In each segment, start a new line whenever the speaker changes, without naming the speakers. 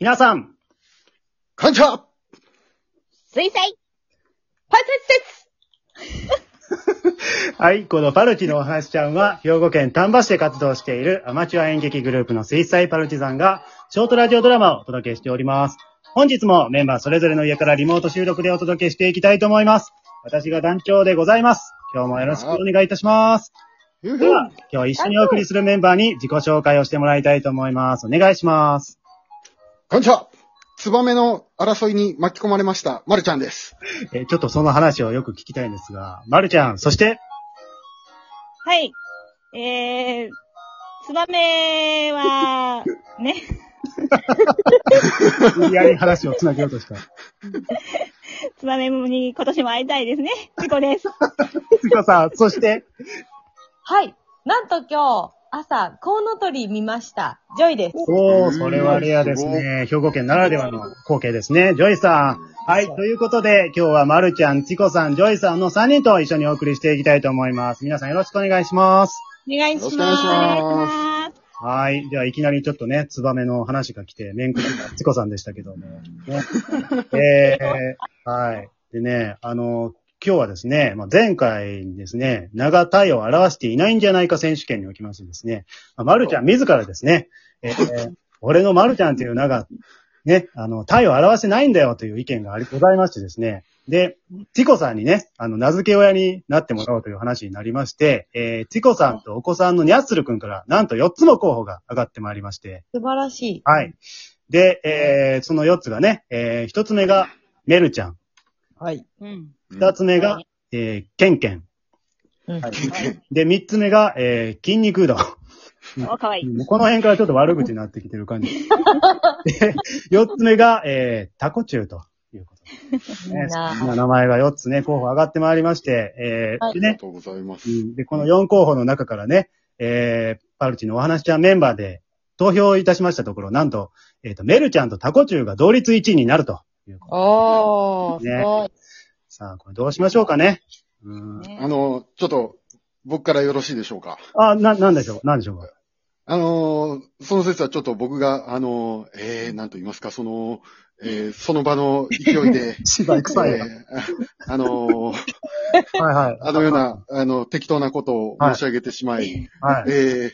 皆さん、こんにちは
水彩パルテツ
はい、このパルティのお話ちゃんは、兵庫県丹波市で活動しているアマチュア演劇グループの水彩パルティさんが、ショートラジオドラマをお届けしております。本日もメンバーそれぞれの家からリモート収録でお届けしていきたいと思います。私が団長でございます。今日もよろしくお願いいたします。
う
では、今日一緒にお送りするメンバーに自己紹介をしてもらいたいと思います。お願いします。
こんにちは。ツバメの争いに巻き込まれました、まるちゃんです。
えーちょっとその話をよく聞きたいんですが、まるちゃん、そして、
はい。えー、ツバメは、ね、
無理やり話をつなげようと した。
ツバメに今年も会いたいですね。チコです。
つかさん、そして、
はい。なんと今日、朝、コウノトリ見ました。ジョイです。
おー、それはレアですね。兵庫県ならではの光景ですね。ジョイさん。はい、ということで、今日はまるちゃん、チコさん、ジョイさんの3人と一緒にお送りしていきたいと思います。皆さんよろしくお願いします。
お願いします。
よろしくお願いします
す。
はい。では、いきなりちょっとね、ツバメの話が来て、面食ったチコさんでしたけども。ね、えー、はい。でね、あの、今日はですね、まあ、前回にですね、長体を表していないんじゃないか選手権におきましてですね、まあ、まるちゃん自らですね、えー俺のまるちゃんという名が、ね、あの、体を表してないんだよという意見がありございましてですね、で、チコさんにね、あの、名付け親になってもらおうという話になりまして、えー、チコさんとお子さんのニャッスルくんから、なんと4つの候補が上がってまいりまして、
素晴らしい。
はい。で、えー、その4つがね、えー、1つ目が、メルちゃん。
はい。
うん。
2つ目が、えー、ケンケン。
うん
はいで、3つ目が、えー、筋肉うどん。
お、かわいい。
この辺からちょっと悪口になってきてる感じ。で、4つ目が、えー、タコチューということですね。
いいなぁ
好きな名前が4つね、候補上がってまいりまして、えー
はい
でね
ありが、とうございます
う。んで、この4候補の中からね、えー、パルチのお話ちゃんメンバーで投票いたしましたところ、なんと、えっ、と、メルちゃんとタコチューが同率1位になるということ。
おー、す
ね
ごい。
さあ、これどうしましょうかね。うん。
あの、ちょっと、僕からよろしいでしょうか。
あ、な、なんでしょうなんでしょうか。、
あのー、その説はちょっと僕が、あのー、えー、なんと言いますか、その、えー、その場の勢いで
芝居臭い
え
よ。
ーあのー、
はいはい。
あのような、あの、適当なことを申し上げてしまい、
はい。
え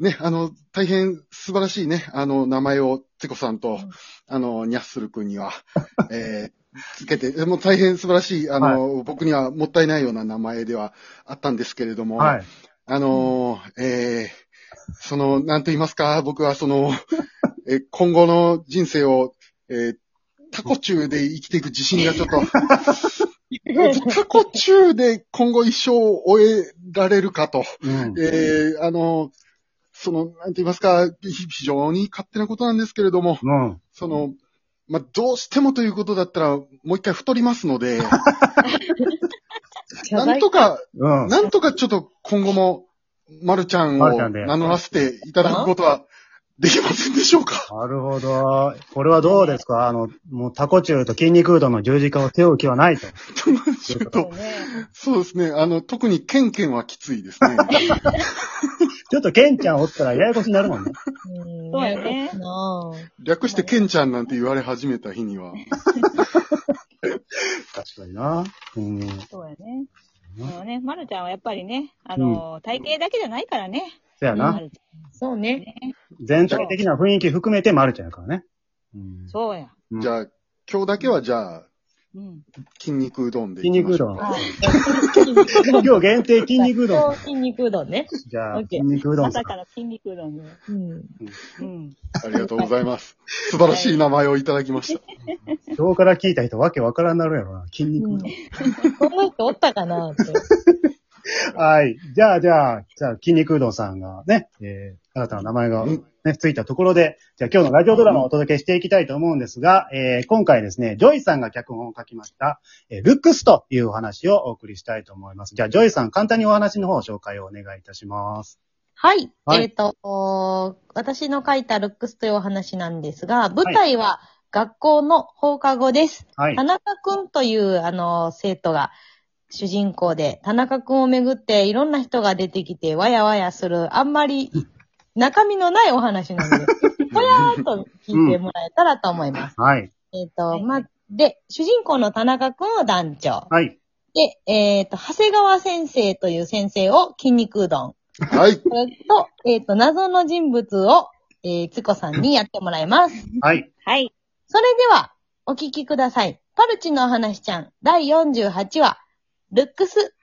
ー、ね、あの、大変素晴らしいね、あの、名前を、チコさんと、あの、ニャッスル君には、 えー、つけて、でもう大変素晴らしい、あの、僕にはもったいないような名前ではあったんですけれども、
はい。
あの、えー、その、なんと言いますか、僕はその、 えー今後の人生を、えー、タコ中で生きていく自信がちょ っと、タコ中で今後一生を終えられるかと。
うん。
えーあの、その、なんて言いますか、ひ非常に勝手なことなんですけれども、
うん。
その、まあ、どうしてもということだったら、もう一回太りますので、
謝
なん
罪
とか、
うん。
なんとかちょっと今後も、まるちゃん
まるちゃ
を
んで
名乗らせていただくことはできませんでしょうか
なるほど。これはどうですかあの、もうタコチューと筋肉うどんの十字架を背負う気はないと。
ちょっ
そう
と、
ね
そうですね。あの、特にケンケンはきついですね。
ちょっとケンちゃんおったらややこしになるもんね。
うん
そうやね
な
略してケンちゃんなんて言われ始めた日には。
確かにな。うん。
そうやね。あのね、まるちゃんはやっぱりね、あの、体型だけじゃないからね。
そや
ま
な。
るち
あそう
ゃん
ね。
ね。
全体的な雰囲気含めてマルちゃんやからね。うん。
そうや。
じゃあ、今日だけはじゃあ、
うん。
筋肉うどんでい
筋
きま
肉う
しょう。
どん。
筋肉うどん
今日限定筋肉うどん。
筋肉うどんね。
じゃあ、
オッケー
筋肉うど
ま
んさ
さ
ん。
かの筋肉うどんね。
うん。
うん。
ありがとうございます。素晴らしい名前をいただきました。
今日から聞いた人わけわからんなるやろな。筋肉うど
うんん。こんな人おったかなって。
はい。じゃあ、じゃあ、じゃあ、筋肉うどんさんがね、えー、新たな名前が、ね、ついたところで、じゃあ今日のラジオドラマをお届けしていきたいと思うんですが、えー、今回ですね、ジョイさんが脚本を書きました、えー、ルックスというお話をお送りしたいと思います。じゃあ、ジョイさん、簡単にお話の方を紹介をお願いいたします。
はい。
はい
えっ、と、私の書いたルックスというお話なんですが、舞台は学校の放課後です。
はい
田。中くんという、あの、生徒が主人公で、田中くんをめぐっていろんな人が出てきて、わやわやする、あんまり中身のないお話なの で、ぽやーっと聞いてもらえたらと思います。
はい。
えっ
は
と、
い
ま、で、主人公の田中くんを団長。
はい。
で、えっ、と、長谷川先生という先生を筋肉うどん。
はい。
それと、えっ、と、謎の人物を、えー、つこさんにやってもらいます。
はい。
はい。
それでは、お聞きください。パルチのお話ちゃん、第48話、ルックス。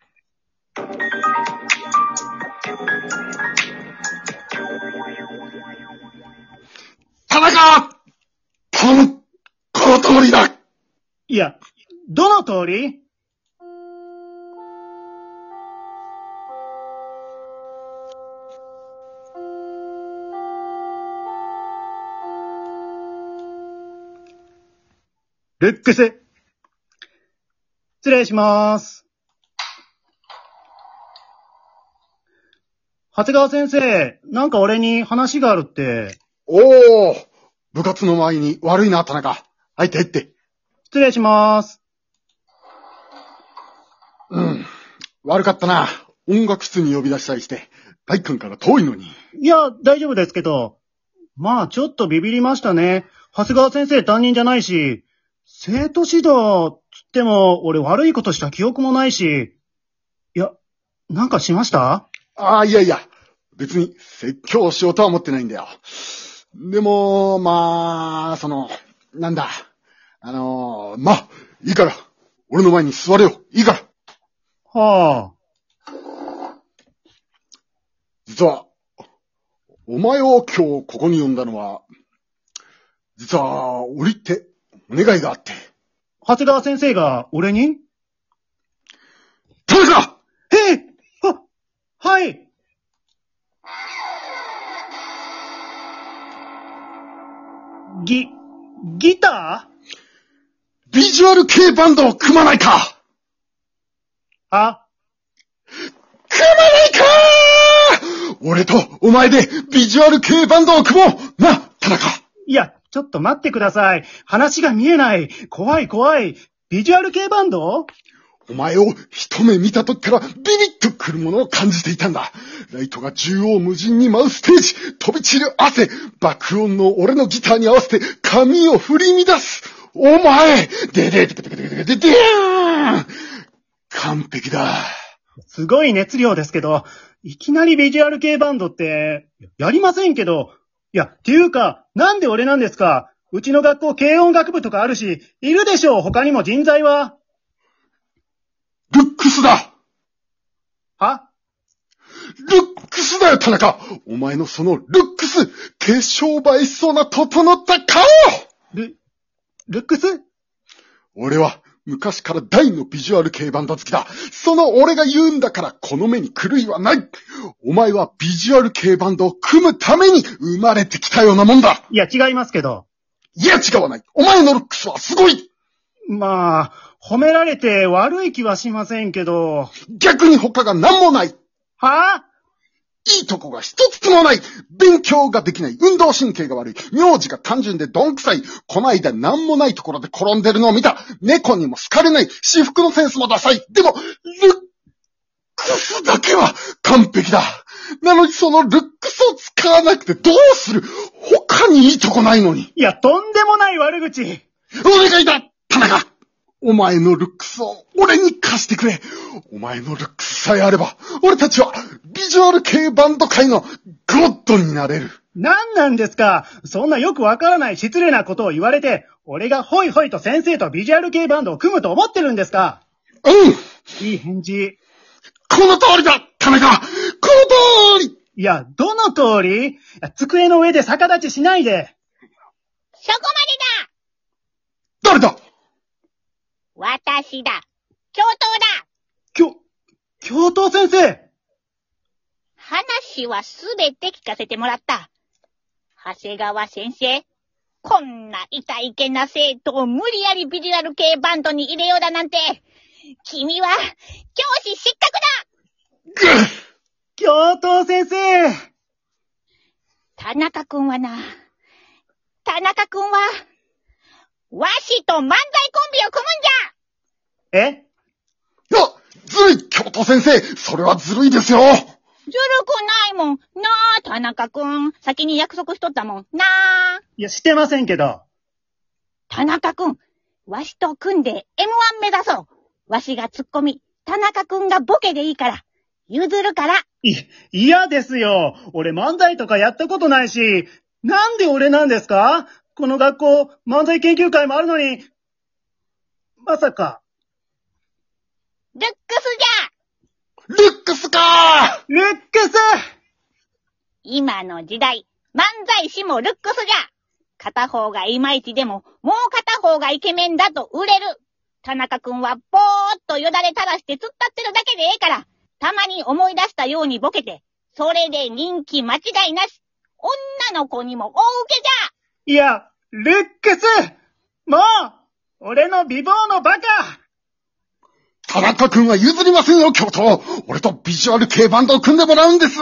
田中この、この通りだ
いや、どの通りルックス。失礼します。長谷川先生、なんか俺に話があるって。
おー部活の前に悪いな、田中。入って入って。
失礼します。
うん。悪かったな。音楽室に呼び出したりして、大君から遠いのに。
いや、大丈夫ですけど。まあ、ちょっとビビりましたね。長谷川先生担任じゃないし、生徒指導、つっても、俺悪いことした記憶もないし。いや、なんかしました
ああ、いやいや。別に説教しようとは思ってないんだよ。でも、まあ、その、なんだ。あのー、まあ、いいから。俺の前に座れよ。いいから。
はあ。
実は、お前を今日ここに呼んだのは、実は、折り入って、お願いがあって。
長谷川先生が、俺に
田中
へえは、はいギ、ギター
ビジュアル系バンドを組まないか
あ、
組まないか俺とお前でビジュアル系バンドを組もうな、田中
いや、ちょっと待ってください。話が見えない。怖い怖い。ビジュアル系バンド
お前を一目見た時からビビッとくるものを感じていたんだ。ライトが縦横無尽に舞うステージ、飛び散る汗、爆音の俺のギターに合わせて髪を振り乱す。お前でででででででででーん完璧だ。
すごい熱量ですけど、いきなりビジュアル系バンドって、やりませんけど、いや、っていうか、なんで俺なんですかうちの学校軽音楽部とかあるし、いるでしょう他にも人材は。
ルックスだ
は
ルックスだよ、田中お前のそのルックス化粧映えしそうな整った顔
ル、ルックス
俺は昔から大のビジュアル系バンド好きだ。その俺が言うんだからこの目に狂いはない。お前はビジュアル系バンドを組むために生まれてきたようなもんだ。
いや、違いますけど。
いや違わない。お前のルックスはすごい。
まあ、褒められて悪い気はしませんけど、
逆に他が何もない。
はい
いとこが一つもない勉強ができない運動神経が悪い名字が単純でどんくさいこないだ何もないところで転んでるのを見た猫にも好かれない私服のセンスもダサいでも、ルックスだけは完璧だなのにそのルックスを使わなくてどうする他にいいとこないのに
いや、とんでもない悪口
お願いだ田中お前のルックスを俺に貸してくれお前のルックスさえあれば、俺たちはビジュアル系バンド界のゴッドになれる
何なんですかそんなよくわからない失礼なことを言われて、俺がホイホイと先生とビジュアル系バンドを組むと思ってるんですか
うん
いい返事。
この通りだ田中この通り
いや、どの通りいや机の上で逆立ちしないで。
そこ
誰だ
までだ私だ教頭だ
きょ、教頭先生
話はすべて聞かせてもらった。長谷川先生、こんな痛いけな生徒を無理やりビジュアル系バンドに入れようだなんて、君は教師失格だ
ぐっ
教頭先生
田中くんはな、田中くんは、わしと漫才コンビを組むんじゃ
え
いやずるい教頭先生それはずるいですよ
くないもん。なあ、田中くん。先に約束しとったもん。なあ。
いや、してませんけど。
田中くん。わしと組んで M1 目指そう。わしがツッコミ。田中くんがボケでいいから。譲るから。
い、嫌ですよ。俺漫才とかやったことないし、なんで俺なんですかこの学校、漫才研究会もあるのに、まさか、
ルックスじゃ
ルックスか
ルックス
今の時代、漫才師もルックスじゃ片方がいまいちでも、もう片方がイケメンだと売れる田中くんはぼーっとよだれ垂らして突っ立ってるだけでええから、たまに思い出したようにボケて、それで人気間違いなし女の子にも大受けじゃ
いや、ルックスもう、俺の美貌のバカ
田中くんは譲りませんよ、京都俺とビジュアル系バンドを組んでもらうんです
いい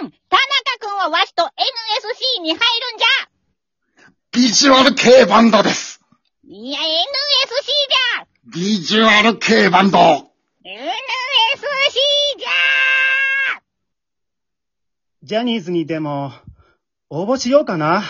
かん田中くんはわしと NSC に入るんじゃ
ビジュアル系バンドです
いや、NSC じゃ
ビジュアル系バンド
!NSC じゃ
ジャニーズにでも、応募しようかな。